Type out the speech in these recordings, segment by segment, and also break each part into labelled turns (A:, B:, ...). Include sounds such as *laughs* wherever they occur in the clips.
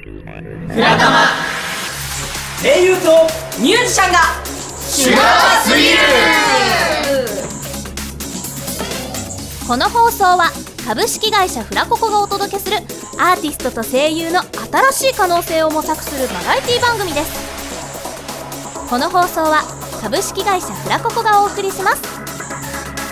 A: フラタマ
B: 声優と
A: ミュージシャンがシュガーすぎる
C: この放送は株式会社フラココがお届けするアーティストと声優の新しい可能性を模索するバラエティ番組ですこの放送は株式会社フラココがお送りします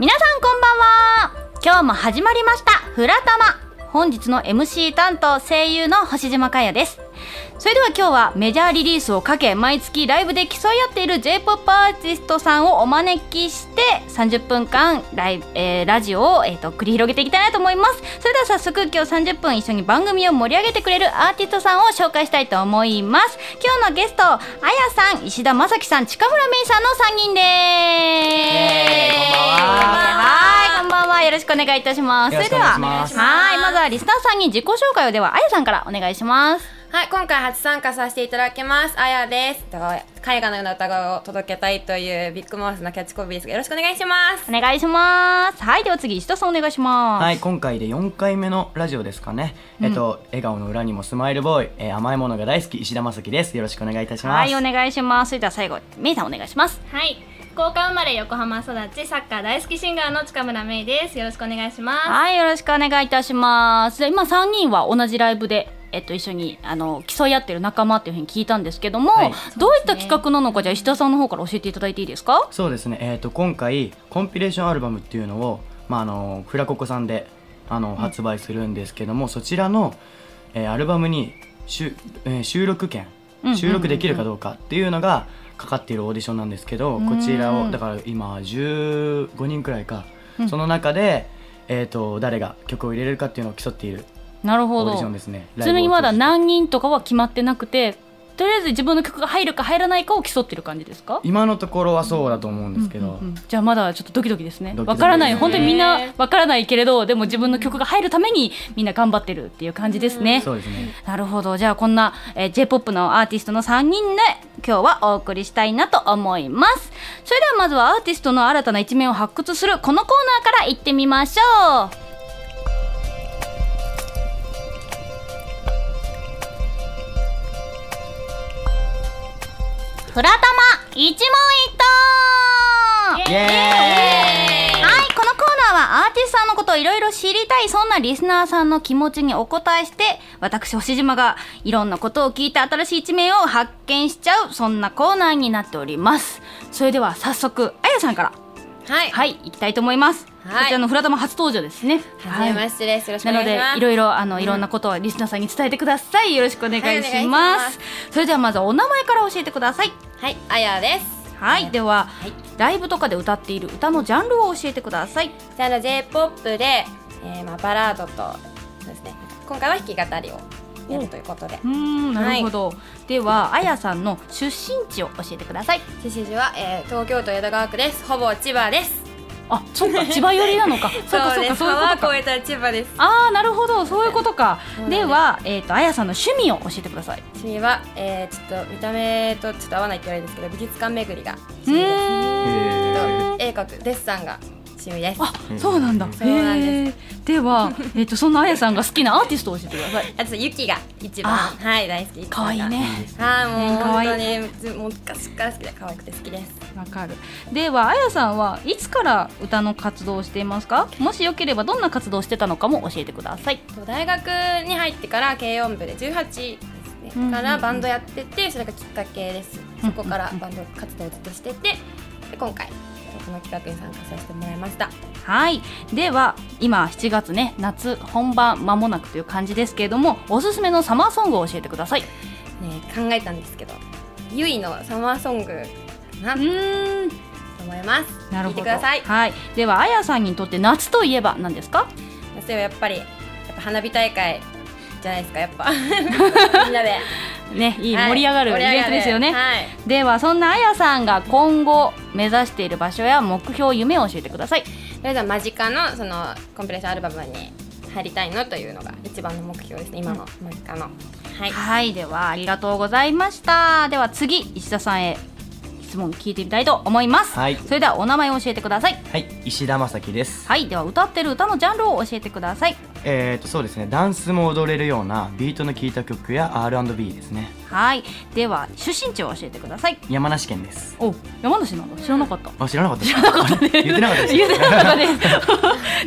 D: 皆さんこんばんは今日も始まりました「フラタマ」本日の MC 担当声優の星島かやですそれでは今日はメジャーリリースをかけ毎月ライブで競い合っている j p o p アーティストさんをお招きして30分間ライブ、えーラジオを、えー、と繰り広げていきたいなと思いますそれでは早速今日30分一緒に番組を盛り上げてくれるアーティストさんを紹介したいと思います今日のゲストあやさん石田まさきさん近村芽衣さんの3人で
B: イエーイこんばんは
D: はいこんばんはよろしくお願いいたします
B: よろし
D: そ
B: くお
D: れで
B: 願い
D: は
B: します
D: はいまずはリスナーさんに自己紹介をではあやさんからお願いします
E: はい、今回初参加させていただきます。あやです。と絵画のような歌声を届けたいというビッグマウスのキャッチコピーですが、よろしくお願いします。
D: お願いしますはいでは次石田さんお願いします
B: はい今回で4回目のラジオですかね、えっと笑顔の裏にもスマイルボーイ、えー甘いものが大好き石田まさきですよろしくお願いいたしま
D: は
B: す
D: いお願いしますそれでは最後めいさんお願いします
F: はい福岡生まれ横浜育ちサッカー大好きシンガーの近村芽衣ですよろしくお願いします
D: はいよろしくお願いいたします今3人は同じライブでえっと、一緒にあの競い合ってる仲間っていうふうに聞いたんですけども、
B: はい
D: どういった企画なのかじゃあ石田さんの方から教えていただいていいですか
B: そうですねえっ、と今回コンピレーションアルバムっていうのをまああのフラココさんであの発売するんですけども、そちらの、えーアルバムにしゅ、えー収録権
D: うんうんうんうん
B: 収録できるかどうかっていうのがかかっているオーディションなんですけど、こちらをだから今15人くらいか、その中でえっ、と誰が曲を入れれるかっていうのを競っている
D: なる
B: オ
D: ほ
B: ーディ
D: ど
B: ションですね。
D: それにま
B: ラ
D: だ
B: イブを通
D: 何人とかは決まってなくてとりあえず自分の曲が入るか入らないかを競ってる感じですか
B: して今のところはそうだと思うんですけど、
D: うんうんじゃあまだちょっとドキドキですね
B: ドキドキ
D: わからない
B: ですね
D: 本当にみんなわからないけれどでも自分の曲が入るためにみんな頑張ってるっていう感じですね、
B: そうですね。
D: なるほどじゃあこんな、えー、J−POP のアーティストの3人で今日はお送りしたいなと思いますそれではまずはアーティストの新たな一面を発掘するこのコーナーから行ってみましょうフラタマ一問一答
B: イエーイ
D: はい、このコーナーはアーティストさんのことをいろいろ知りたい、そんなリスナーさんの気持ちにお応えして、私、星島がいろんなことを聞いて新しい一面を発見しちゃう、そんなコーナーになっております。それでは早速、あやさんから、
E: はい。は
D: はい、行きたいと思います。
E: はい
D: こちらのフラタマ初登場ですね。
E: じめましてです。よろしくお
D: なの
E: 願いし
D: で
E: ます。
D: いろいろあのいろんなことはリスナーさんに伝えてください。よろしくお願い
E: はいお願い
D: し
E: し
D: ま。
E: ますす
D: それではまずはお名前から教えてください。
E: はい、あやです。
D: はい、では、
E: い
D: ライブとかで歌っている歌のジャンルを教えてください。
E: じゃあ、の J-POP で、えー、まあバラードと、そうですね。今回は弾き語りをやるということで
D: うー。んなるほど、ではあやさんの出身地を教えてください
E: 出身地は、えー、東京都江戸川区です。ほぼ千葉です。
D: あそうか千葉寄りなの *laughs* かそうかそう
E: で
D: か
E: す。
D: そういうこと
E: 川
D: か
E: 越えたら千葉です。
D: あーなるほどそういうことか
E: そう
D: で
E: です
D: はえっ、とあやさんの趣味を教えてください
E: 趣味は、えー、ちょっと見た目とちょっと合わないって言われるんですけど、美術館巡りが
D: う
E: 趣味です。
D: ーん
E: 絵描くデッサンが趣味です。あ
D: あそうなんだへ
E: そうなんで
D: ーではえっ、とそんなあやさんが好きなアーティストを教えてください
E: とユキが一番
D: あ
E: はい大好き。
D: 可愛いね。
E: はいもう
D: ね可
E: 本当
D: 愛
E: にずもう昔から好きで可愛くて好きです。
D: わかるではあやさんはいつから歌の活動をしていますかもしよければどんな活動をしてたのかも教えてください
E: と大学に入ってから軽音部で18です
D: うんうんうん
E: ねからバンドやっててそれがきっかけです。そこからバンド活動をずっとしててで今回この企画に参加させてもらいました。
D: はいでは今7月ね夏本番間もなくという感じですけれどもおすすめのサマーソングを教えてくださいう
E: ね考えたんですけどゆいのサマーソングかなと
D: ーん
E: 思います。
D: なるほど
E: 聞いてください。
D: はい、ではあやさんにとって夏といえば何ですか *laughs*
E: それはやっぱりやっぱ花火大会じゃないですかやっぱみんなで
D: ねいい
E: はい
D: 盛り上がるイ
E: 盛り上
D: ベントですよね、
E: はい
D: ではそんなあやさんが今後目指している場所や目標夢を教えてください
E: とりあえずは間近のそのコンピレーションアルバムに入りたいのというのが一番の目標ですね今の間近の、はい
D: はい、ではありがとうございました。では次石田さんへ質問聞いてみたいと思います。
B: はい
D: それではお名前を教えてください。
B: はい石田まさきです
D: はい、では歌ってる歌のジャンルを教えてください。
B: えっ、とそうですねダンスも踊れるようなビートの効いた曲や R&B ですね
D: はい、では出身地を教えてください。
B: 山梨県です
D: お、山梨なんだ。知らなかった。
B: あ知らなかった知らなかった言ってなかったです
D: 言ってなかったです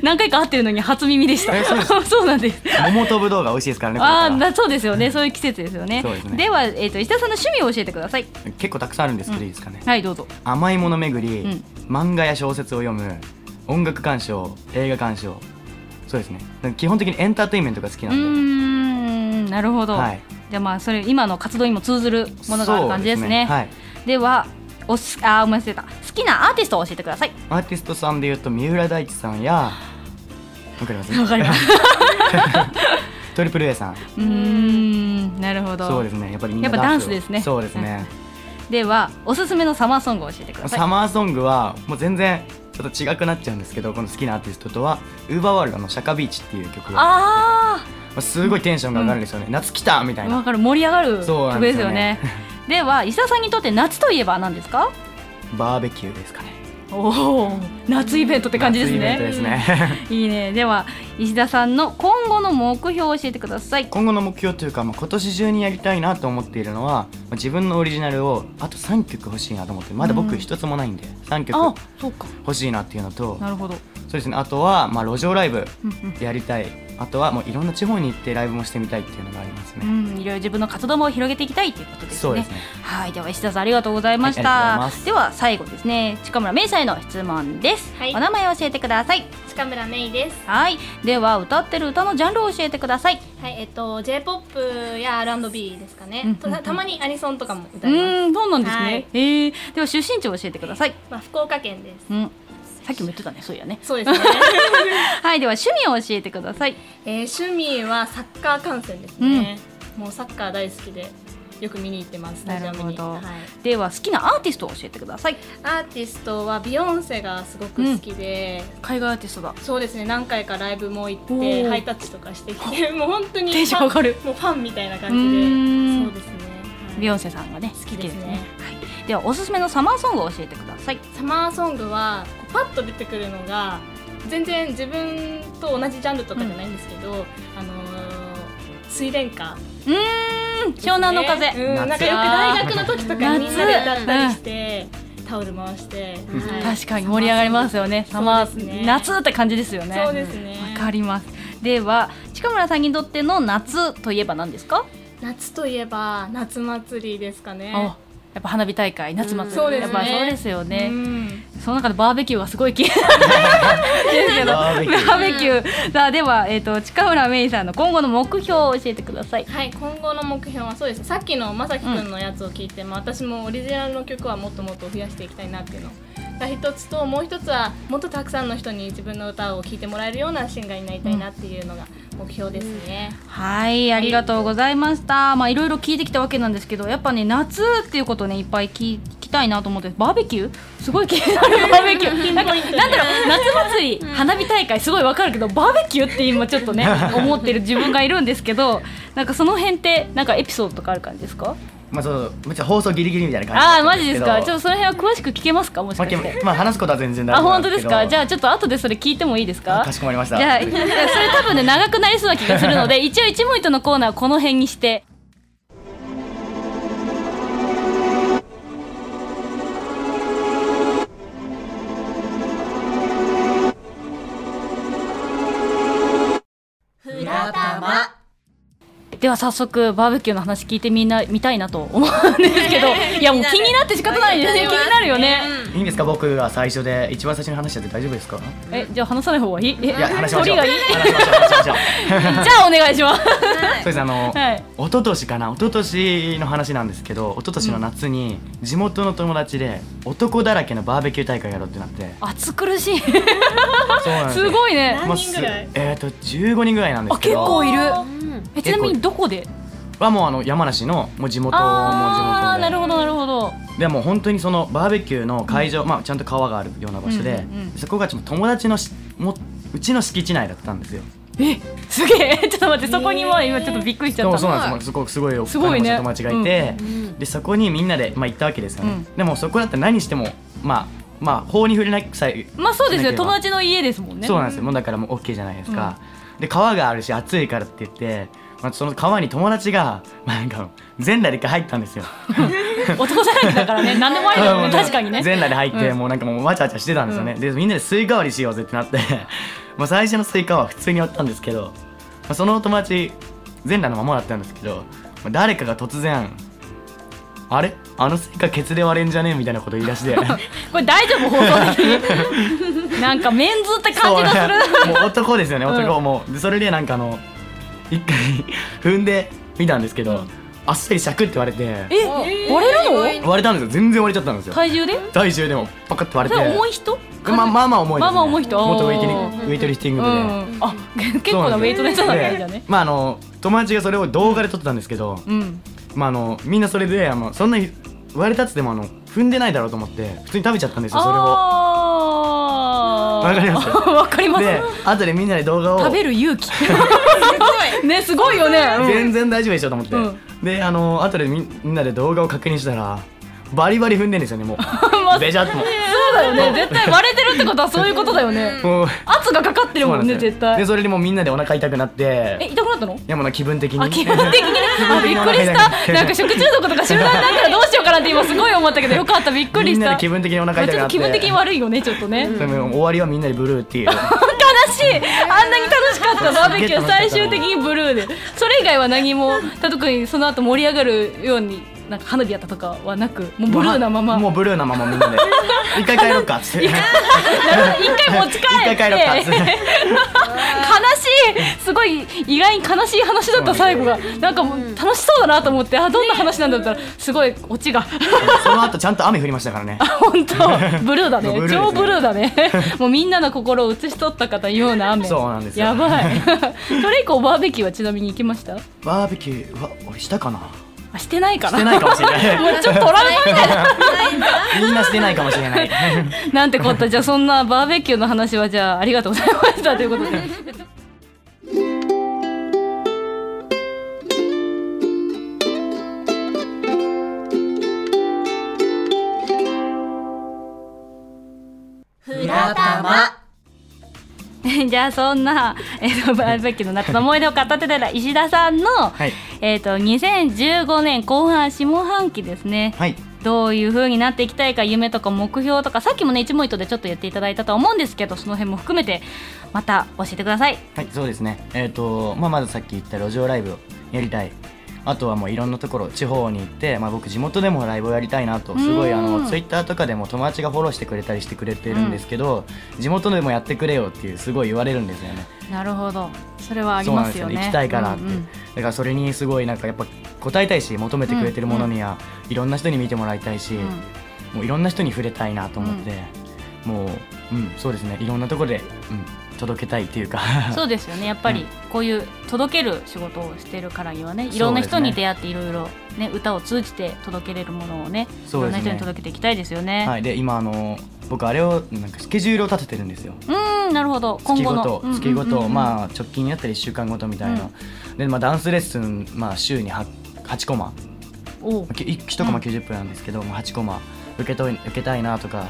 D: 何回か会ってるのに初耳でした。
B: えそうで
D: *laughs* そうなんです。
B: 桃とぶどうが美味しいですからねこれから
D: あーだそうですよね。そういう季節ですよね。
B: そうですね
D: は、えっ、と石田さんの趣味を教えてください。
B: 結構たくさんあるんですけど、いいですかね
D: はい、どうぞ。
B: 甘いもの巡り、
D: うん
B: 漫画や小説を読む音楽鑑賞映画鑑賞そうですねなんか基本的にエンターテインメントが好き
D: う
B: な
D: ー
B: んで
D: ん、なるほど。
B: はい
D: じゃあまあそれ今の活動にも通ずるものがある感じですね。
B: そうです
D: ではおすあー思い出せた好きなアーティストを教えてください。
B: はい、アーティストさんでいうと三浦大知さんやわかりますわかりますトリプル A さん
D: うーんなるほど。
B: そうですねやっぱりみん
D: や
B: な
D: っぱダンス
B: を
D: ですね
B: そうですね、
D: ではおすすめのサマーソングを教えてくださ
B: サ
D: い。
B: マーソングはもう全然ちょっと違くなっちゃうんですけどこの好きなアーティストとはウーバーワールドの「シャカビーチ」っていう曲が
D: あ
B: まあすごいテンションが上がるんですよね、夏来たみたい
D: あ
B: な
D: わかる盛り上がる
B: そう
D: 曲
B: なん
D: で
B: ですす
D: よ
B: よね。
D: ね
B: *laughs*
D: では石田さんにとって夏といえば何ですか？
B: バーベキューですかね
D: おお夏イベントって感じです
B: 夏イベント
D: ね。
B: ですね
D: いいね。では石田さんの今後の目標を教えてください。
B: *laughs* 今後の目標というか、まあ、今年中にやりたいなと思っているのは、まあ自分のオリジナルをあと3曲欲しいなと思ってまだ
D: う
B: 僕
D: ん
B: 一つもないんで3
D: あ
B: 曲、
D: そうか。
B: 欲しいなっていうのと
D: なるほど。
B: そうですねあとは、まあ、路上ライブ
D: うんうん
B: やりたいあとはもういろんな地方に行ってライブもしてみたいっていうのがあります
D: う
B: ね、
D: ん、いろいろ自分の活動も広げていきたいということですね。
B: そうですね
D: はい、では石田さんありがとうございました。
B: はいありがとうございます
D: では最後ですね、近村明さんへの質問です。
F: はい
D: お名前を教えてください。
F: 近村芽衣です
D: はい、では歌ってる歌のジャンルを教えてください。
F: はいえっと J-POP や R&B ですかね、
D: うん
F: とたたまにアニソンとかも
D: う
F: 歌います、
D: ーん、そうなんですね。
F: はい
D: えー、では出身地を教えてください。
F: まあ、福岡県です
D: うん、さっきも言ってたね、そういやね。
F: そう
D: *laughs*
F: ですね、
D: はい、では趣味を教えてください。
F: えー、趣味はサッカー観戦ですね、もうサッカー大好きでよく見に行ってますスタジアムに
D: なるほど
F: はい
D: では好きなアーティストを教えてください。
F: アーティストはビヨンセがすごく好きで、
D: 海外アーティストだ。
F: そうですね何回かライブも行っ
D: お
F: て
D: ー
F: ハイタッチとかしてきて *laughs* もう本当に
D: テンション上がる
F: ファンもうファンみたいな感
D: う
F: じ
D: ー
F: で
D: ん
F: そうですね、はい
D: ビヨンセさんがね、好
F: きですね
D: はい、ではおすすめのサマーソングを教えてください。
F: サマーソングはこうパッと出てくるのが全然自分と同じジャンルとかじゃないんですけど、あのー水蓮花、
D: うーん、湘南の風。
F: ねうん、なんかよく
B: 夏
F: 大学の時とか
D: 夏
F: みんなで歌ったりして、タオル回して、はい
D: 確かに盛り上がりますよね。サマ
F: そうです
D: ー、
F: ね
D: 夏って感じですよね。
F: そうですね
D: わかります。では、近村さんにとっての夏といえば何ですか。
F: 夏といえば夏祭りですかね
D: おやっぱ花火大会、夏祭り、
F: そうです
D: やっ
F: ね
D: ぱそうですよね。
F: うん
D: その中でバーベキューはすごい気になるですけど。バ
B: バーベキュー
D: ーベキュー、さあ、では、えっ、と、近村芽衣さんの今後の目標を教えてください。
F: はい、今後の目標はそうですねさっきのまさきくんのやつを聞いても、私もオリジナルの曲はもっともっと増やしていきたいなっていうのが一つともう一つはもっとたくさんの人に自分の歌を聴いてもらえるようなシンガーになりたいなっていうのが目標ですね、
D: はい、ありがとうございました。まあ、いろいろ聞いてきたわけなんですけど、やっぱね、夏っていうことね、いっぱい聞きたいなと思って、バーベキュー。すごい気になるバーベキュ *laughs* ー。なんか、なんだろう、夏祭り、花火大会、すごいわかるけど、バーベキューって今ちょっと *laughs* ね、思ってる自分がいるんですけど。なんか、その辺って、なんかエピソードとかある感じですか。
B: *laughs* まあそうめっちゃ放送ギリギリみたいな感じ
D: ああ
B: だっ
D: ー、マ
B: たん
D: ジです
B: けど
D: か。ちょっと、その辺は詳しく聞けますか、もし
B: ま
D: か
B: あ
D: し
B: け
D: て。
B: まあ話すことは全然大
D: あ
B: 丈夫
D: 本当ですかじゃ
B: あ
D: あちょっと後でそれ聞いてもいいですか
B: かしこまりました
D: じゃあ *laughs* いやそれ多分ね長くなりそうな気がするので一応一問一答のコーナーはこの辺にして
A: フラタマ
D: では早速バーベキューの話聞いてみんな見たいなと思うんです *laughs* けどいやもう気になって仕方ないですね気になるよね、
B: いいんですか僕が最初で一番最初に話しちゃって大丈夫ですかい
D: えじゃあ話さない方がいいえ
B: や話しましょ
D: 鳥
B: う
D: がい
B: *laughs*
D: い
B: 話しましょう話しましょ
D: *laughs*
B: う
D: じゃあお願いします
B: そうですあの、
D: はい
B: 一昨年かな一昨年の話なんですけど一昨年の夏に地元の友達で男だらけのバーベキュー大会やろうってなって
D: 暑苦しい
B: そうなんです
D: すごいね
B: 何人ぐらいえっ、と15人ぐらいなんで
D: あ
B: すけ
D: 結
B: ど
D: 構いる
E: うん
D: えちなみにどこで
B: はもうあの山梨のもう地元もう地
D: あ
B: 元
D: あなる
B: で
D: ほどなるほど
B: でも本当にそのバーベキューの会場、まあ、ちゃんと川があるような場所で、
D: うんうんうん
B: そこがちょっと友達のしもうちの敷地内だったんですよ。
D: すげえ *laughs* ちょっと待ってそこにもう今ちょっとびっくりしちゃ
B: そ
D: った
B: うそうなんですすごくすごいお
D: すごいね
B: 金持ちの友達がいて、でそこにみんなで、まあ、行ったわけですよね、でもそこだったら何してもまあまあ法に触れなくさい、
D: まあそうです
B: な
D: よ
B: ければ
D: 友達の家ですもんね
B: そうなんですよもうだからもう OK じゃないですか、で川があるし暑いからって言って、まあ、その川に友達が、まあ、なんか全裸で一回入ったんですよ
D: 男だらけだか
B: *laughs*
D: らね何でもありだよね *laughs* 確かにね
B: 全裸で入って、もうなんかもうわちゃわちゃしてたんですよね、でみんなでスイカ割りしようぜってなって *laughs* まあ最初のスイカは普通に割ったんですけど、まあ、その友達全裸のままだったんですけど、まあ誰かが突然「あれあのスイカケツで割れんじゃねえ?」みたいなこと言い出して
D: *laughs* これ大丈夫放送的
B: *laughs*
D: になんかメンズって感じがする
B: そうねもう男ですよね男、もうでそれでなんかあの一回踏んでみたんですけど、あっさりシャクって割れて
D: え割れるの
B: 割れたんですよ全然割れちゃったんですよ
D: 体重で
B: 体重でもパカッと割
D: そ
B: れ
D: れ
B: て
D: 重い人
B: まあまあまあ重いですね
D: まあまあ重い人
B: 元ウェイトリ
D: あ
B: ウェイトリフティング
D: う
B: 部で、
D: んあ結構なウェイトで
B: そ
D: そうう
B: な
D: なんん
B: で
D: だ
B: すよ
D: じゃあね
B: まああの友達がそれを動画で撮ってたんですけど、
D: うん
B: まああのみんなそれであのそんなに割れたっつってもあの踏んでないだろうと思って普通に食べちゃったんですよそれを
D: あ
B: わかります
D: ー *laughs* わかります
B: で後でみんなで動画を
D: 食べる勇
B: *laughs*
D: 気ねすごいよね
B: 全然大丈夫でしょと思って、
D: うん
B: であの後でみんなで動画を確認したらバリバリ踏んでんですよねも
D: *laughs* まあ
B: うベジャッとも
D: そうだよね絶対割れてるってことはそういうことだよね
B: もう
D: 圧がかかってる
B: そう
D: も
B: なんん
D: ね
B: ですよ
D: 絶
B: で
D: 対
B: それでもうみんなでお腹痛くなっ
D: え
B: て
D: 痛くなったの
B: いやもうな気分的に
D: あ基本
B: *laughs*
D: 的にねあびっくりしたなんか食中毒とか集団になったらどうしようかなって今すごい思ったけどよかったびっくり
B: み
D: し
B: んな
D: た
B: で気分的にお
D: ま
B: 腹
D: あ
B: 痛
D: ち
B: く
D: ょ
B: な
D: っと
B: って
D: 気分的に悪いよねちょっとね
B: でも終わりはみんなでブルーっていう
D: 悲しいあんなに楽しかったバーベキュー最終的にブルーでそれ以外は何も特にその後盛り上がるようになんか花火やったとかはなくもうブルーなまま
B: もうブルーなままみんなで一回帰ろうかっつって一
D: 一回持ち帰っ
B: 回
D: て
B: 帰ろうかっつって
D: 悲しいすごい意外に悲しい話だった最後がなんかもう楽しそうだなと思ってあどんな話なんだったらすごいオチが *laughs*
B: その後ちゃんと雨降りましたからね
D: 本当ブルーだね
B: ブルーですね
D: 超ブルーだね *laughs* もうみんなの心を映し取ったかのような雨
B: そうなんですよ
D: やばい *laughs* それ以降バーベキューはちなみに行きました
B: バーベキューは俺したかな
D: あしてないか
B: し
D: な
B: てないかもしれない
D: *laughs* もうちょっとトラウマみたいな
B: みんなしてないかもしれない
D: なんてこったじゃあそんなバーベキューの話はじゃあありがとうございましたということで
A: フラタマ
D: じゃあそんな、えっとバーベキューの夏の思い出を語ってたら石田さんの、
B: い
D: えっと2015年後半下半期ですね、
B: はい
D: どういう風になっていきたいか夢とか目標とかさっきもね一問一答でちょっと言っていただいたとは思うんですけどその辺も含めてまた教えてください。
B: はい、そうですね。えっ、と、まあ、まずさっき言った路上ライブをやりたい。あとはもういろんなところ地方に行って、まあ、僕地元でもライブをやりたいなとすごいあのツイッターとかでも友達がフォローしてくれたりしてくれてるんですけど、地元でもやってくれよっていうすごい言われるんですよね。
D: なるほどそれはあり
B: そうなん
D: ま
B: ですすよ
D: よね。
B: ね行きたいからって、
D: うんうん
B: だからそれにすごいなんかやっぱ答えたいし求めてくれてるものには、いろんな人に見てもらいたいし、
D: ん
B: もういろんな人に触れたいなと思って、もう、うん、そうですねいろんなところで、うん、届けたいっていうか
D: そうですよねやっぱりこういう届ける仕事をしてるからにはねいろんな人に出会っていろいろ、ね、歌を通じて届けれるものをね
B: *laughs*
D: い
B: そう
D: ろん
B: です
D: な
B: ね
D: 人に届けていきたいですよね。
B: はい、で今あの僕あれをなんかスケジュールを立ててるんですよ
D: うーんなるほど今
B: 月
D: 後
B: ご
D: の
B: と
D: うん
B: 月ご
D: うんうん
B: と
D: うん
B: まあ直近になったり1週間ごとみたいな、で、まあ、ダンスレッスン、まあ、週に 8, 8コマ
D: おう
B: き1コマ90分なんですけど、まあ8コマ受けとい受けたいなとか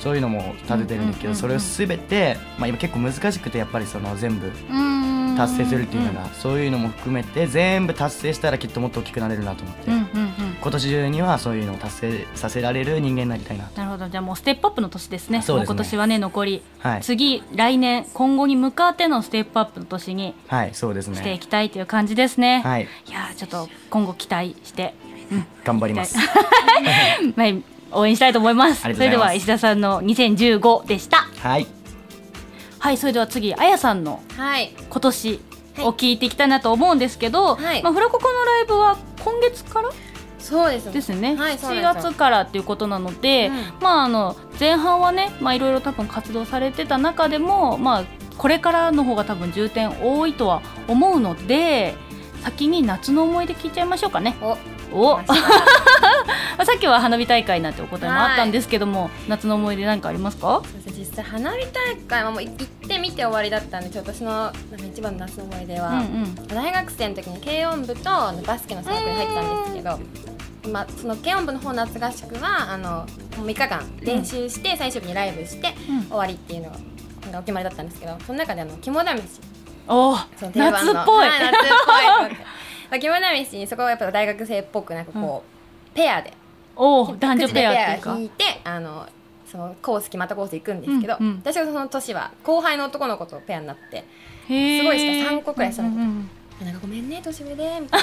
B: そういうのも立ててるんですけど、
D: うんうんうんうん
B: それを全て、まあ、今結構難しくてやっぱりその全部
D: うーん
B: 達成するっていうのが、そういうのも含めて全部達成したらきっともっと大きくなれるなと思って、
D: うんうんうん
B: 今年中にはそういうのを達成させられる人間になりたいなと
D: なるほどじゃあもうステップアップの年ですね
B: そうですね
D: もう今年はね残り、
B: はい
D: 次来年今後に向かってのステップアップの年に
B: はいそうですね
D: していきたいという感じですね。
B: はい
D: いやーちょっと今後期待して
B: 頑張ります
D: はい、応援したいと思います。
B: ありが
D: そ
B: と
D: れ
B: う
D: で
B: ございます
D: は石田さんの2015でした。 *laughs*
B: はい
D: はい、それでは次、あやさんの
E: はい
D: 今年を聞いていきたいなと思うんですけど、
E: はい
D: まあフラココのライブは今月から
E: そうです
D: ですよね。
E: はいそう
D: 7
E: なんですよ
D: 月からっていうことなので、
E: うん
D: まああの前半はね、まあいろいろ多分活動されてた中でも、まあこれからの方が多分重点多いとは思うので。先に夏の思い出聞いちゃいましょうかね
E: お
D: お
E: 来まし
D: さっきは花火大会なんてお答えもあったんですけども夏の思い出何かありますか
E: そうですね実際花火大会はもうい行ってみて終わりだったんでちょっと私のなんか一番の夏の思い出
D: う
E: は、
D: ん
E: 大学生の時に軽音部とあのバスケのサークルに入ったんですけど、まあ、その軽音部の方の夏合宿はあのもう3日間練習して、最終日にライブして、
D: うん
E: 終わりっていうのがお決まりだったんですけどその中であの肝試し
D: おー
E: その定番
D: 夏っ
E: の
D: ぽい
E: は夏っぽい *laughs* と思ってまあ肝試しにそこはやっぱ大学生っぽくなんかこう、ペアで
D: おー男女ペアっていう
E: ペア
D: か
E: 引いてあのそのコース決まったコース行くんですけど、
D: うんうん
E: 私はその年は後輩の男の子とペアになって
D: す
E: すごい下三個くらい下の子
D: ん
E: なんかごめんね年上でみた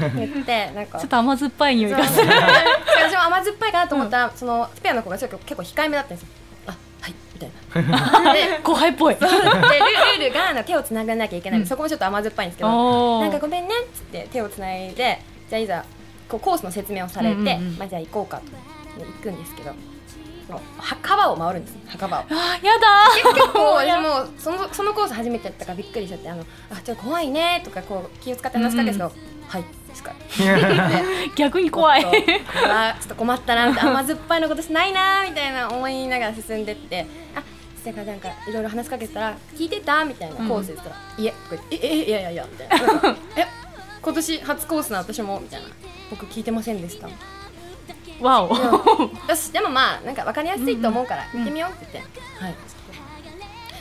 D: *laughs*
E: な言ってなんか
D: ちょっと甘酸っぱい匂い *laughs*
E: そう
D: がする
E: 私も甘酸っぱいかなと思ったら、そのスペアの子がちょっと結構控えめだったんですよあはいみたいなで
D: *laughs* 後輩っぽい
E: でルルールがあの手をつながなきゃいけない、
D: うん
E: そこもちょっと甘酸っぱいんですけど
D: お
E: なんか
D: ー
E: ごめんねっつって手をつないでじゃあいざこうコースの説明をされて、
D: うんうんうん
E: まあ、じゃあ行こうかとで行くんですけどもう墓場を回るんですね墓場を
D: あやだ
E: 結構私もうそのそのコース初めてやったからびっくりしちゃってあのあちょっと怖いねとかこう気を使って話しかけたんですけど、はいしか
D: ー逆に怖い
E: ちょっとこれはちょっと困ったなみ
D: *laughs*
E: たいな甘酸っぱいのことしないなみたいな思いながら進んでってあそれからなんかいろいろ話しかけてたら聞いてたみたいなコースですから、いえとか言ってええいやいやいやみたいなな
D: *laughs*
E: んかえ今年初コースなの私もみたいな僕聞いてませんでしたよ
D: わお
E: しでもまあなんか分かりやすいと思うから
D: うん
E: 行ってみようって言って、はい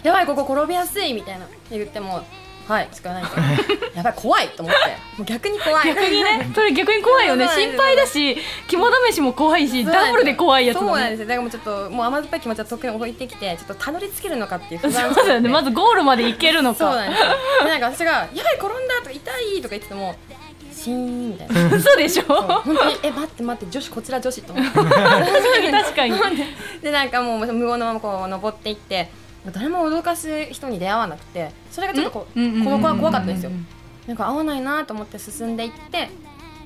E: やばいここ転びやすいみたいな言ってもはい
D: *laughs*
E: しかないからやばい怖いと思ってもう逆に怖い
D: 逆に
E: *laughs*
D: ねそれ逆に怖いよね
E: そうなんですよ
D: 心配だし肝試しも怖いし
E: そうなん
D: *laughs* ダ
E: す
D: ブルで怖いやつ
E: そう
D: だ
E: なん
D: ね
E: ですよだからもうちょっともう甘酸っぱい気持ちは特に置いてきてちょっとたどり着けるのかっていう
D: *laughs*
E: 不
D: そう
E: 安
D: だよ
E: *laughs*
D: ねまずゴールまで行けるの
E: そうな
D: か
E: んですよでなんか私が「やばい転んだ」とか「痛い」とか言っててもシーンみた
D: *laughs*
E: いな
D: 嘘でしょ *laughs* 確
E: 本当に「え待って待って女子こちら女子」と思って
D: かに
E: *laughs* でなんかもう無言のままこう登っていって誰も脅かす人に出会わなくてそれがちょっとこう
D: うんうんうんうん
E: この子は怖かったんですよなんか合わないなと思って進んでいって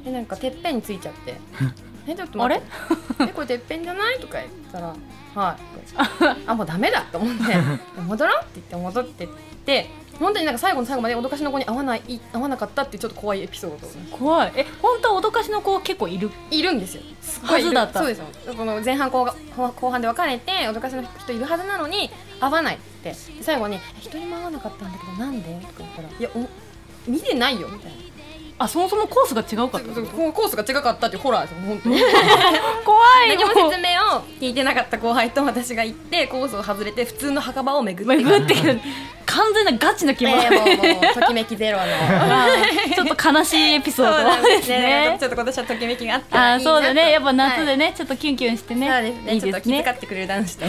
E: でなんかてっぺんについち
D: *laughs*
E: ゃって「えちょっと待って *laughs* えこれてっぺんじゃない?」とか言ったら「はい」あもうダメだと思って
D: *laughs*
E: 「戻ろう」って言って戻ってって本当になんか最後の最後まで脅かしの子に合わない合わなかったっていうちょっと怖いエピソード
D: 怖いえ本当は脅かしの子結構いる
E: いるんですよすっごいいる
D: はずだった
E: そうですよこの前半後半後半で別れて脅かしの人いるはずなのに合わないってで最後に「一人も合わなかったんだけどなんで?」とか言ったら「いやお見てないよ」みたいな。
D: あそもそもコースが違うかったってこと
E: こうコースが違かったっていうホラーですよ本当 *laughs* に
D: 怖い
E: 何
D: よ
E: も説明を聞いてなかった後輩と私が行ってコースを外れて普通の墓場を巡って
D: 巡ってくる完全なガチの気
E: え
D: 持ち *laughs*
E: えもうもうときめきゼロの
D: ちょっと悲しいエピソ
E: *laughs* そうな
D: ー
E: ん
D: ド
E: で
D: ですす
E: ね
D: ね
E: ちょっと今年はときめきがあったら
D: あ
E: いいなと
D: そうだねやっぱ夏で
E: はい
D: ね、ちょっとキュンキュンしてね
E: そうですね
D: いい
E: ちょ
D: で
E: っと
D: す
E: 気
D: ね
E: 遣ってくれる男子と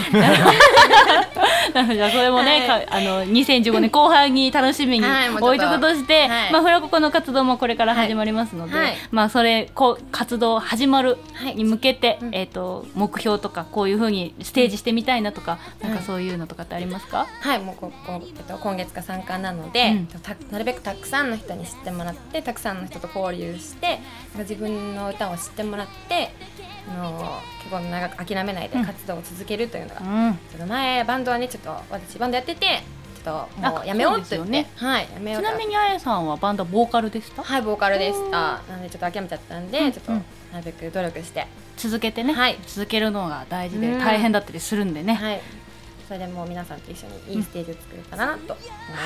D: な *laughs* のでじゃあそれもね、
E: は
D: かあの2015年
E: *laughs*
D: 後半に楽しみに
E: はいもうちょっと
D: 置いとくとして、
E: はい
D: まあフラココの活動もこれから始まりますので、
E: はいはい
D: まあそれこう活動始まる
E: はい
D: に向けて、
E: うん
D: えっ、と目標とかこういう風にステージしてみたいなとか、
E: うん
D: なんかそういうのとかってありますか？
E: はいもうここ、えっと、今月が参加なので、
D: うん
E: たなるべくたくさんの人に知ってもらってたくさんの人と交流して自分の歌を知ってもらってあの結構長く諦めないで活動を続けるというのが
D: うん。
E: ちょっと前バンドはねちょっと私バンドやっててちょっとも
D: あ
E: うやめようって
D: そう
E: 言
D: で
E: っ
D: す
E: て、
D: よね
E: はいやめよ
D: ち
E: うと
D: なみにあやさんはバンドボーカルでした？
E: はいボーカルでしたなのでちょっと諦めちゃったんで、
D: うん
E: ちょっと
D: う
E: なんるべく努力して、
D: 続けてね、
E: はい
D: 続けるのが大事で
E: うん
D: 大変だったりするんでね。
E: はいそれでもう皆さんと一緒にいいステージを作れたらなと思い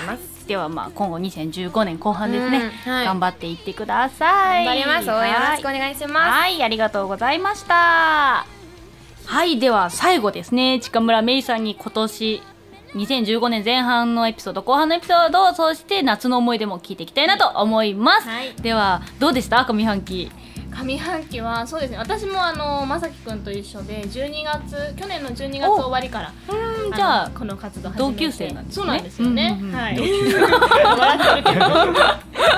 E: ます、
D: ではまあ今後2015年後半ですね、
E: うんはい
D: 頑張っていってください
E: 頑張ります応援よろしくお願いします
D: はいありがとうございましたはいでは最後ですね近村芽衣さんに今年2015年前半のエピソード後半のエピソードそして夏の思い出も聞いていきたいなと思います、
F: はい
D: ではどうでした上半期
F: 上半期はそうですね私もあのまさきくんと一緒で12月去年の12月
D: お
F: 終わりから
D: うん
F: の
D: じゃあ
F: この活動始めて
D: 同級生なんですね
F: そうなんですよね、
D: うんうんうん
F: はい笑ってるけど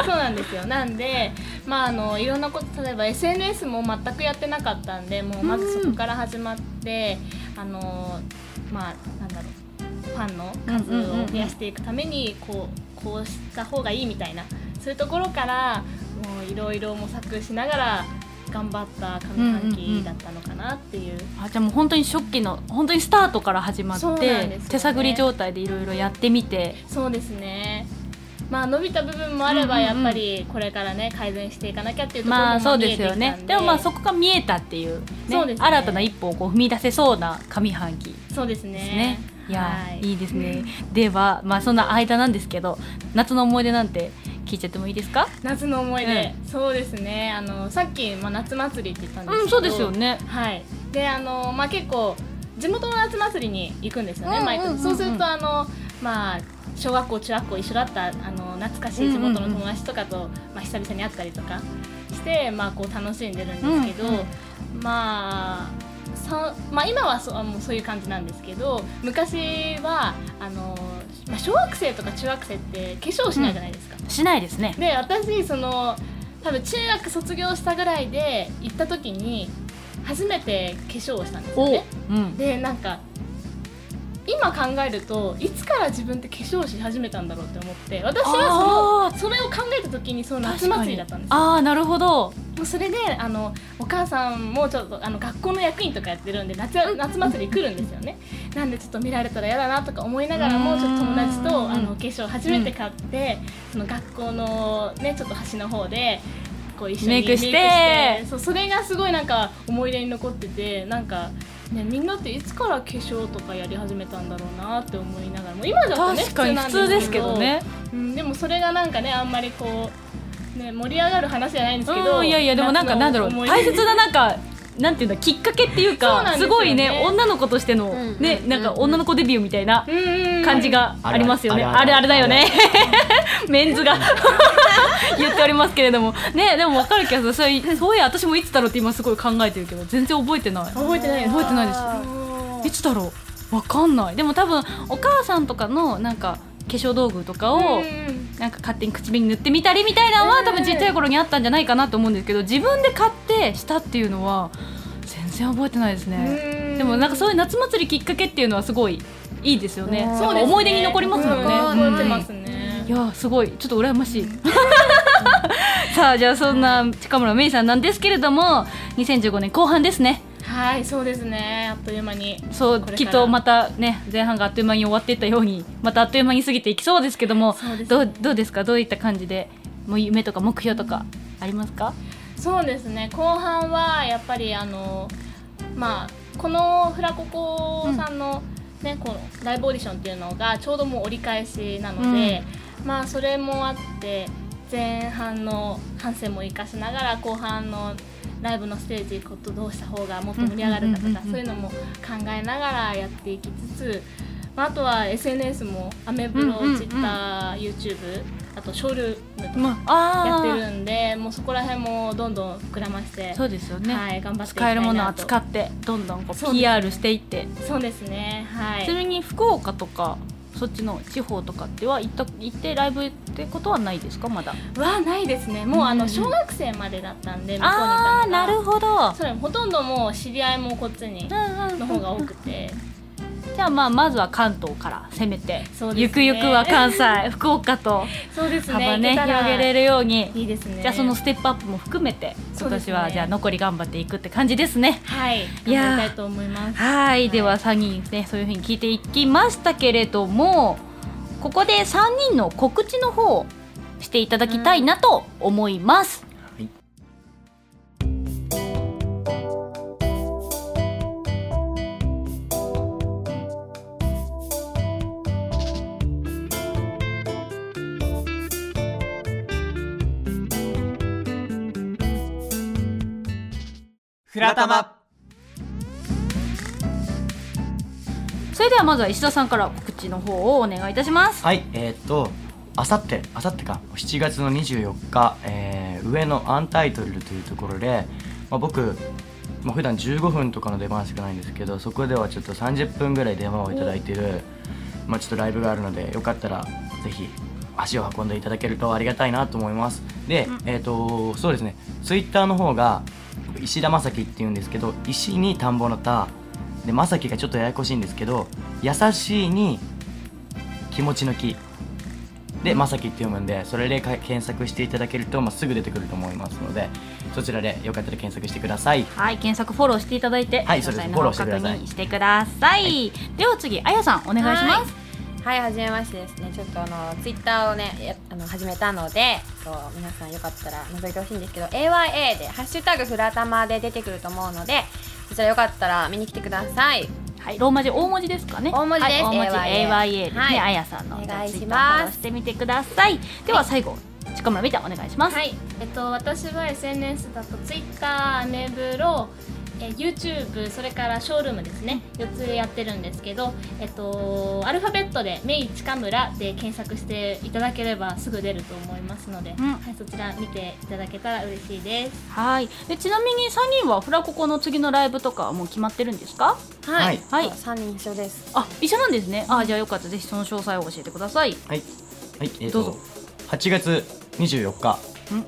F: そうなんですよなんでまああのいろんなこと例えば SNS も全くやってなかったんでもうまずそこから始まって、あのまあなんだろうファンの数を増やしていくためにこうこうした方がいいみたいなそういうところからもういろいろ模索しながら頑張った上半期だったのかなっていう
D: あじゃあもう本当に初期の本当にスタートから始まっ
F: そうなん
D: て、
F: ですよね
D: 手探り状態でいろいろやってみて
F: そうですね。まあ伸びた部分もあればやっぱりこれからね改善していかなきゃっていうところも
D: まあそう
F: 見
D: で
F: え
D: す
F: てきた
D: よ
F: んで
D: ねでもまあそこが見えたっていう,、ね
F: そうですね
D: 新たな一歩をこう踏み出せそうな上半期で
F: そうですね
D: すねいや
F: はい
D: いいですね、ではまあそんな間なんですけど夏の思い出なんて聞いちゃってもいいですか
F: 夏の思い出、そうですねあのさっき、まあ、夏祭りって言ったんですけど、
D: うんそうですよね
F: はいであのまあ結構地元の夏祭りに行くんですよ
D: うん
F: ね
D: うんうん
F: 毎年そうするとあのまあ小学校中学校一緒だったあの懐かしい地元の友達とかと、まあ、久々に会ったりとかして、まあ、こう楽しんでるんですけど、
D: うんうん
F: まあさまあ、今はそもうそういう感じなんですけど昔はあの、まあ、小学生とか中学生って化粧しないじゃないですか、
D: しないですね
F: で私その多分中学卒業したぐらいで行った時に初めて化粧をしたんですよね
D: うん
F: でなんか今考えるといつから自分って化粧し始めたんだろうって思って私は
D: あー
F: そのそれを考えた時にその夏祭りだったんですよ
D: ああなるほど
F: もうそれであのお母さんもちょっとあの学校の役員とかやってるんで夏夏祭り来るんですよね *laughs* なんでちょっと見られたら嫌だなとか思いながら
D: う
F: も
D: ん
F: ちょっと友達とあのお化粧初めて買って、その学校のねちょっと端の方でこう一緒に
D: メイクして
F: そうそれがすごいなんか思い出に残っててなんか。ね、みんなっていつから化粧とかやり始めたんだろうなって思いながらもう今だとね
D: 確かに普通ですけどね
F: うん、でもそれがなんかねあんまりこう、ね、盛り上がる話じゃないんですけど、
D: うんいやいやでもなんかなんだろう
F: 夏の思い出
D: 大切ななんかなんていうんだきっかけっていう
F: そう
D: か
F: なんです
D: す
F: よね
D: ごいね女の子としての
A: ん
D: ねなんか女の子デビューみたいな
F: うんうん
D: 感じがありますよね
B: あるある
D: あるあるだよね *laughs* メンズが言っておりますけれどもねでも分かる気がするそれそういや私もいつだろうって今すごい考えてるけど全然覚えてない
F: 覚えてないです
D: 覚えてないですいつだろうわかんないでも多分お母さんとかのなんか化粧道具とかを
F: うん
D: なんか勝手に口紅塗ってみたりみたいなのは多分ちっちゃい頃にあったんじゃないかなと思うんですけど自分で買ってしたっていうのは全然覚えてないですね
F: うん
D: でもなんかそういう夏祭りきっかけっていうのはすごいいいですよね
F: そうですね
D: 思い出に残りますもんね、
F: うん
D: うん
F: 覚えてますね
D: いやーすごいちょっと羨ましい *laughs* さあじゃあそんな近村芽衣さんなんですけれども2015年後半ですね
F: はいそうですねあっという間に
D: そ
F: こ
D: う
F: れから
D: きっとまたね前半があっという間に終わっていったようにまたあっという間に過ぎていきそうですけども
F: そうですね
D: どうどうですかどういった感じでもう夢とか目標とかありますか
F: そうですね後半はやっぱりあのまあこのフラココさんの、ねこうライブオーディションっていうのがちょうどもう折り返しなので、まあそれもあって前半の反省も生かしながら後半のライブのステージことどうした方がもっと盛り上がるかと
D: うんうんう
F: か
D: んうん
F: そういうのも考えながらやっていきつつ、まあ、あとは SNS もアメブロ、
D: うんうんうん
F: TwitterYouTube あとショールームとか
D: まあ
F: やってる
D: あ
F: んでもうそこら辺もどんどん膨らまして
D: ーそうですよね、
F: はい頑張っていき
D: 使
F: た
D: え
F: いなと
D: るものは使ってどんどんこ
F: そうですね
D: う PR していって、
F: そうですねは
D: ちないみに福岡とかそっちの地方とかっては行った行ってライブってことはないですかまだ
F: はないですねもうあ
D: うんうん
F: の小学生までだったんで向こうにいたのが
D: ああーなるほど
F: そうほとんどもう知り合いもこっちにの方が多くて
D: じゃあまあまずは関東から攻めて、
F: そうですね
D: ゆくゆくは関西 *laughs* 福岡と
F: そうですね
D: 幅ね
F: 行けたら
D: 広げれるように
F: いいですね
D: じゃあそのステップアップも含めて
F: そ
D: 今
F: うです
D: 年
F: ね
D: はじゃあ残り頑張っていくって感じですね。
F: はい
D: いやー
F: 頑張りたいと思います
D: はい、
F: い
D: では3人ねそういうふうに聞いていきましたけれどもここで3人の告知の方をしていただきたいなと思います、
B: い
A: フラタマ
D: それではまずは石田さんから告知の方をお願いいたします
B: はいえーっとあさってあさってか7月の24日、えー上野アンタイトルというところで、まあ、僕まあ普段15分とかの出番しかないんですけどそこではちょっと30分ぐらい出番をいただいてる、まあ、ちょっとライブがあるのでよかったらぜひ足を運んでいただけるとありがたいなと思いますで、えっ、とそうですねツイッターの方が僕石田正樹っていうんですけど石に田んぼの田で正樹がちょっとややこしいんですけど優しいに気持ちの気で正樹って読むんでそれでか検索していただけると、まあ、すぐ出てくると思いますのでそちらでよかったら検索してください
D: はい検索フォローしていただいて
B: はいそうです
D: 詳細の
B: フ
D: 方
B: ォローしてください
D: 確認してください、では次あやさんお願いします
F: は
E: はい、はじめましてですね。ちょっとあのツイッターをね、やあの始めたので、そう皆さんよかったら覗いてほしいんですけど、AYA でハッシュタグフラタマで出てくると思うので、そちらよかったら見に来てください。
D: はい、ローマ字大文字ですかね。
E: 大文字です
D: はい、大文字
E: AYA
D: AYA ですね。
E: はい
D: あやさんの
E: お
D: じゃ
E: 願
D: あ
E: い
D: ツイ
E: し
D: ッターフォロ
E: ま
D: ー
E: す
D: してみてください。では最後近村美ちゃんお願いします。
F: はい、えっと、私は SNS だと Twitter、アメブロ、え YouTube、それからショールームですね4つやってるんですけど、えっと、アルファベットで「メイ近村」で検索していただければすぐ出ると思いますので、
D: ん
F: はい、そちら見ていただけたら嬉しいです
D: はい。でちなみに三人はフラココの次のライブとかはもう決まってるんですか？
E: はいい、
D: はい
E: そう三人一緒です。
D: あ、一緒なんですね。あ、じゃあよかったらぜひその詳細を教えてください。
B: はい、はい、えー、
D: どう
B: と
D: ぞ
B: 8月24日
D: ん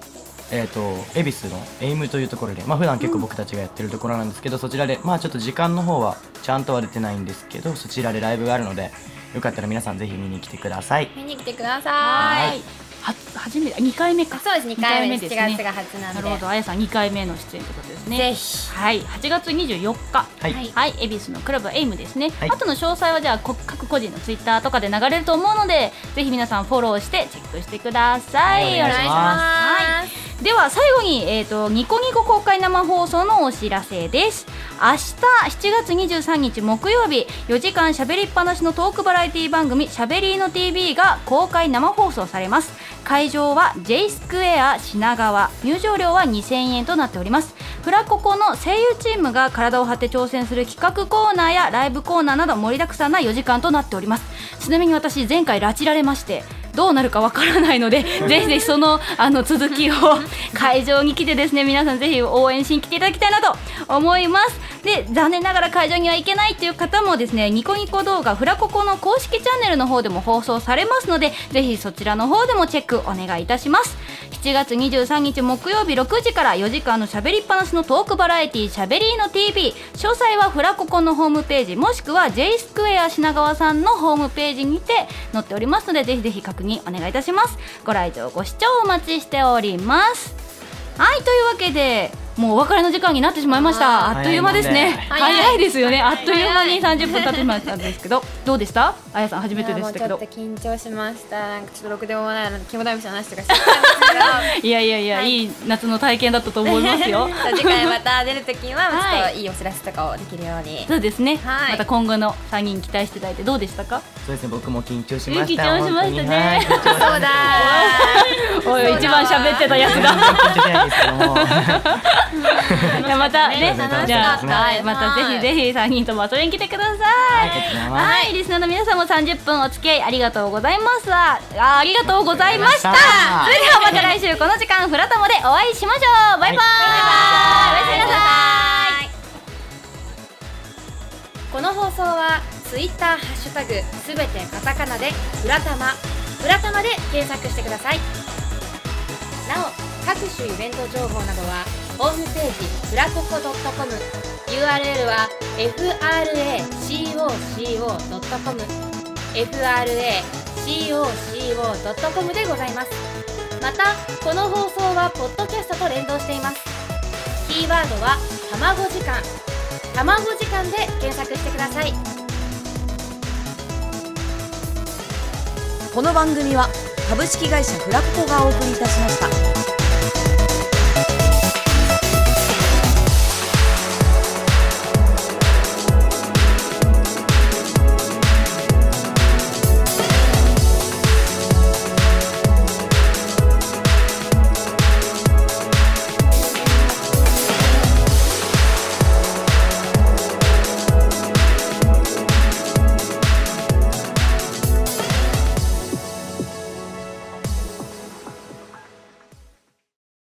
B: えー、と恵比寿のエイムというところで、まあ普段結構僕たちがやってるところなんですけど、そちらで、まあ、ちょっと時間の方はちゃんとは出てないんですけどそちらでライブがあるのでよかったら皆さんぜひ見に来てください
E: 見に来てください。。
D: は初めて二回目か。
E: そうです、二回目
D: 二
E: です。
D: 回目で
E: 7
D: すね
E: 月が初な
D: な
E: の
D: る
E: で。
D: ほど、あやさん二回目の出演ということですね。
E: ぜひ。
D: はい、8月24日、
B: はい
D: はい、恵比寿のクラブエイムですね。
B: はい
D: 後の詳細はじゃあこ各個人のツイッターとかで流れると思うので、ぜひ皆さんフォローしてチェックしてください。
B: はい
D: よろ
E: お
D: しく
E: 願いし
D: は
E: ます。
D: では最後に、えー、とニコニコ公開生放送のお知らせです明日7月23日木曜日4時間しゃべりっぱなしのトークバラエティ番組「しゃべりーの TV」が公開生放送されます会場は J スクエア品川入場料は2000円となっておりますフラココの声優チームが体を張って挑戦する企画コーナーやライブコーナーなど盛りだくさんな4時間となっておりますちなみに私前回拉致られましてどうなるかわからないのでぜひぜひそのあの続きを会場に来てですね皆さんぜひ応援しに来ていただきたいなと思いますで残念ながら会場には行けないという方もですねニコニコ動画フラココの公式チャンネルの方でも放送されますのでぜひそちらの方でもチェックお願いいたします7月23日木曜日6時から4時間のしゃべりっぱなしのトークバラエティしゃべりーの TV 詳細はフラココのホームページもしくは J スクエア品川さんのホームページにて載っておりますのでぜひぜひ確認お願いいたしますご来場ご視聴お待ちしておりますはいというわけでもうお別れの時間になってしまいまし
B: あ
D: た
B: ー
D: あっという間ですね
B: 早
D: 早いですよねあっという間に30分経ってしまったんですけどどうでしたあやさん初めてでしたけ
E: いや
D: ど
E: もうちょっと緊張しました。なんかちょっとろくでもないので、気もだいぶしの話
D: *laughs*
E: とかしてたんですけど。
D: いやいやいや、
E: はい
D: いい夏の体験だったと思いますよ
E: 次回また出るときは、
D: はい
E: ちょっといいお知らせとかをできるように。
D: そうですね、
E: はい
D: また今後の3人期待していただいてどうでしたか
B: そうですね僕も緊張しました
D: 緊張しましたね
B: 本
D: *laughs*
B: 当に
E: そうだ
D: おい
E: そうだ
D: 一番喋ってたやつ *laughs* が
B: はい緊張しないですけども
D: いやまたね
B: 楽しかった
D: じゃあ、
B: ね
D: はい、またぜひぜひ3人とも遊びに来てください
B: はいありがとうございます
D: はい、リスナーの皆さんも30分お付き合いありがとうございますあありがとうございました
B: あり
D: それではまた来週この時間フラタモでお会いしましょうバイバーイ、おやすみなさい
E: この放送はツイッターハッシュタグすべてカタカナで裏玉裏玉で検索してくださいなお各種イベント情報などはホームページ裏ココ .com URL は fracoco.com fracoco.com でございますまたこの放送はポッドキャストと連動していますキーワードは卵時間卵時間で検索してください
G: この番組は株式会社フラッコがお送りいたしました